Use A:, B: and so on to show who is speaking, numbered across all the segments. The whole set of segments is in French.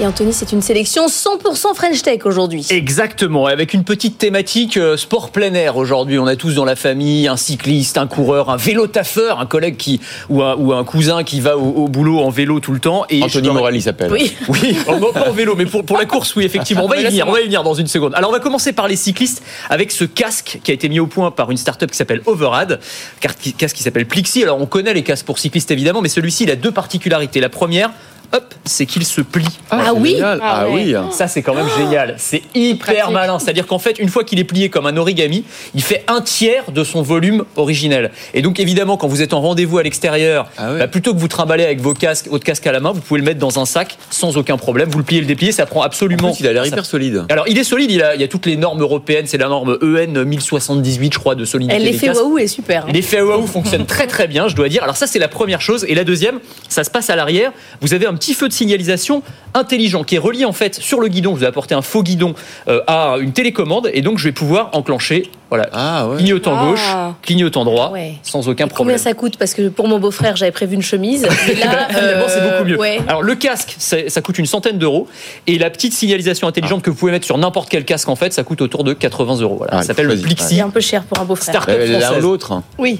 A: Et Anthony, c'est une sélection 100% French Tech aujourd'hui.
B: Exactement, et avec une petite thématique euh, sport plein air aujourd'hui. On a tous dans la famille un cycliste, un coureur, un vélo taffeur, un collègue qui ou un, ou un cousin qui va au, au boulot en vélo tout le temps. Et
C: Anthony
B: je-
C: Morel, il s'appelle.
A: Oui,
B: Oui, en- non, pas en vélo, mais pour, pour la course, oui, effectivement. On va y venir, on va y venir dans une seconde. Alors, on va commencer par les cyclistes avec ce casque qui a été mis au point par une start-up qui s'appelle Overrad, car- qui- casque qui s'appelle Plixi. Alors, on connaît les casques pour cyclistes évidemment, mais celui-ci, il a deux particularités. La première, hop, c'est qu'il se plie.
A: Ah oui
C: Génial.
D: Ah
C: Ah,
D: ouais.
C: oui
B: Ça, c'est quand même génial. C'est hyper
D: Pratique.
B: malin. C'est-à-dire qu'en fait, une fois qu'il est plié comme un origami, il fait un tiers de son volume originel. Et donc, évidemment, quand vous êtes en rendez-vous à l'extérieur,
C: Ah ouais.
B: bah, plutôt que vous trimballez avec vos casques, votre casque à la main, vous pouvez le mettre dans un sac sans aucun problème. Vous le pliez, le dépliez, ça prend absolument.
C: En plus, il a l'air
B: ça-
C: hyper solide.
B: Alors, il est solide. Il a, il y a toutes les normes européennes. C'est la norme E EN 1078, je crois, de solidité.
A: elle
B: des
A: l'effet
B: casques.
A: waouh est super. hein.
B: L'effet waouh fonctionne très très bien, je dois dire. Alors ça c'est la première chose. Et la deuxième, ça se passe à l'arrière. Vous avez un petit feu de signalisation intelligent qui est relié en fait sur le guidon. Je vous ai apporté un faux guidon euh, à une télécommande et donc je vais pouvoir enclencher. Voilà.
C: Ah ouais.
B: Clignotant
D: Ah.
B: gauche, clignotant droit,
A: Ouais.
B: sans aucun
A: Combien
B: problème.
A: ça coûte Parce que pour mon beau-frère, j'avais prévu une chemise. Et
B: Eh ben,
A: là,
B: finalement, c'est
A: euh,
B: beaucoup mieux.
A: ouais.
B: Alors le casque, ça, ça coûte une centaine d'euros et la petite signalisation intelligente que vous pouvez mettre sur n'importe quel casque en fait, ça coûte autour de 80 euros. Voilà.
C: Ah,
B: ça s'appelle le
C: choisis.
A: C'est
B: Plixi.
A: un peu cher pour un beau-frère.
B: Start-up
C: Euh, L'un ou
B: française.
C: l'autre.
A: Oui.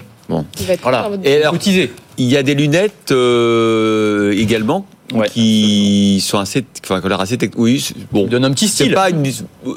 D: Il va être
B: Voilà.
D: en mode-
C: Et alors,
B: Cotisé.
C: il y a des lunettes euh, également
B: Ouais.
C: qui sont assez, enfin, qui ont l'air assez techniques. Oui, c'est- bon.
B: Donne un petit
C: C'est
B: style.
C: pas une. euh,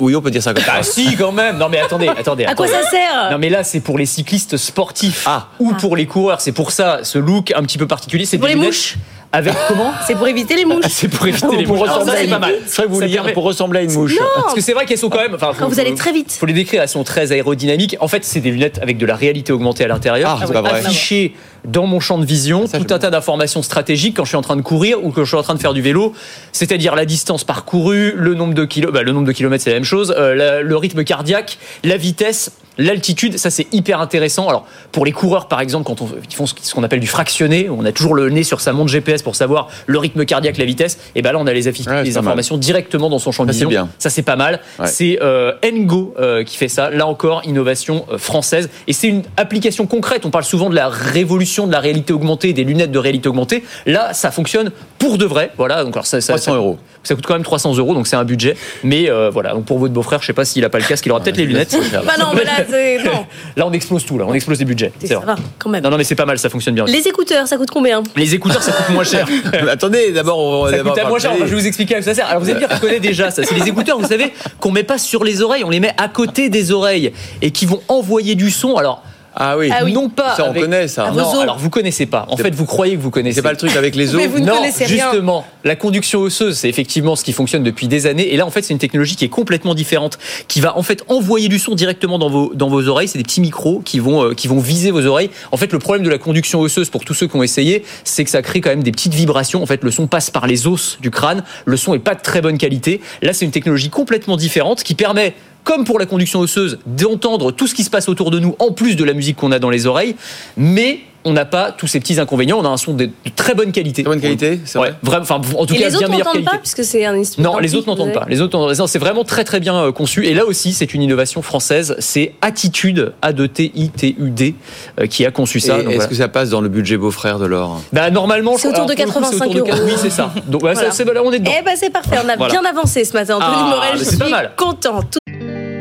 C: Oui, on peut dire ça comme ça.
B: Ah si quand même. Non mais attendez, attendez.
A: À quoi
B: attendez.
A: ça sert
B: Non mais là c'est pour les cyclistes sportifs
C: Ah.
B: ou pour les coureurs, c'est pour ça ce look un petit peu particulier, c'est
A: Pour
B: des
A: les
B: lunettes
A: mouches.
B: avec comment
A: C'est pour éviter les mouches.
B: Ah, C'est pour éviter les
C: Pour
B: mouches. Alors, ça,
C: ressembler à
B: c'est
C: une-
B: pas mal.
C: C'est vrai que
B: Ça
C: vous voulez dire
B: permet-
C: pour ressembler à une mouche.
B: Parce que c'est vrai qu'elles sont quand même enfin
A: Quand vous allez très vite.
B: faut les décrire, elles sont très aérodynamiques. En fait, c'est des lunettes avec de la réalité augmentée à l'intérieur.
C: Ah, c'est pas vrai. Ah,
B: Affichées dans mon champ de vision,
C: ça,
B: tout
C: j'aime
B: un tas d'informations stratégiques quand je suis en train de courir ou que je suis en train de faire du vélo, c'est-à-dire la distance parcourue, le nombre de kilomètres, le nombre de kilomètres c'est la même chose, euh, la- le rythme cardiaque, la vitesse. L'altitude, ça c'est hyper intéressant. Alors pour les coureurs par exemple, quand on, ils font ce ce qu'on appelle du fractionné, on a toujours le nez sur sa montre GPS pour savoir le rythme cardiaque, la vitesse. Et ben là on a les, affiches,
C: Ouais, c'est
B: les
C: pas mal.
B: informations directement dans son champ de
C: Ça, c'est
B: vision.
C: bien.
B: Ça, c'est pas mal.
C: Ouais.
B: C'est euh, Ngo euh, qui fait ça. Là encore, innovation euh, française. Et c'est une application concrète. On parle souvent de la révolution de la réalité augmentée, des lunettes de réalité augmentée. Là, ça fonctionne pour de vrai. Voilà. Donc, alors, ça, ça,
C: 300
B: ça-
C: euros.
B: Ça coûte quand même 300 euros, donc c'est un budget. Mais euh, voilà. Donc, pour votre beau-frère, je sais pas s'il a pas le casque, il aura peut-être les lunettes.
A: Bah non, mais là, c'est. Non.
B: Là, on explose tout. Là, on explose les budgets. C'est
A: Ça
B: vrai.
A: va, quand même.
B: Non, non, mais c'est pas mal. Ça fonctionne bien.
A: Les écouteurs, ça coûte combien
B: Les écouteurs, ça coûte moins cher.
C: Mais attendez, d'abord, on va
B: Ça
C: d'abord
B: coûte à moins
C: parler.
B: cher, enfin, je vais vous expliquer à quoi ça sert. Alors vous allez me dire, je connais déjà ça. C'est les écouteurs, vous savez, qu'on met pas sur les oreilles, on les met à côté des oreilles et qui vont envoyer du son. Alors,
C: Ah oui.
A: Ah oui.
B: non pas.
C: Ça, on
B: avec-
C: connaît, ça.
A: Ah, vos
B: Non,
A: os.
B: alors vous connaissez pas. En fait, vous croyez que vous connaissez.
C: C'est pas le truc avec les os.
D: Mais vous ne
B: non,
D: connaissez rien.
B: justement, la conduction osseuse, c'est effectivement ce qui fonctionne depuis des années. Et là, en fait, c'est une technologie qui est complètement différente, qui va en fait envoyer du son directement dans vos, dans vos oreilles. C'est des petits micros qui vont, euh, qui vont viser vos oreilles. En fait, le problème de la conduction osseuse, pour tous ceux qui ont essayé, c'est que ça crée quand même des petites vibrations. En fait, le son passe par les os du crâne. Le son est pas de très bonne qualité. Là, c'est une technologie complètement différente qui permet comme pour la conduction osseuse, d'entendre tout ce qui se passe autour de nous, en plus de la musique qu'on a dans les oreilles, mais on n'a pas tous ces petits inconvénients, on a un son de de très bonne qualité.
C: Très bonne qualité, c'est
B: Ouais,
C: vrai
B: vraiment, enfin, en tout
A: Et
B: cas,
A: les
B: bien
A: autres
B: meilleure
A: n'entendent
B: qualité.
A: pas, puisque c'est un instrument.
B: Non, les autres
A: qui-
B: n'entendent pas. Les autres, n'entendent- non, c'est vraiment très très bien euh, conçu. Et là aussi, c'est une innovation française. C'est Attitude, A de T I T U D, euh, qui a conçu
C: Et
B: ça. Donc,
C: Est-ce
B: voilà.
C: que ça passe dans le budget beau-frère de l'or
B: Bah, normalement,
A: C'est
B: je-
A: autour de
B: alors, pour le coup, c'est
A: 85
B: autour de-
A: euros.
B: Oui, c'est ça. Donc, ouais, ça,
A: Voilà.
B: c'est- là, on est dedans.
A: Eh ben c'est parfait, on a
B: Voilà.
A: bien avancé ce matin. Anthony
B: Ah,
A: Morel, je
B: mais c'est pas
A: suis
B: mal.
A: content. Tout-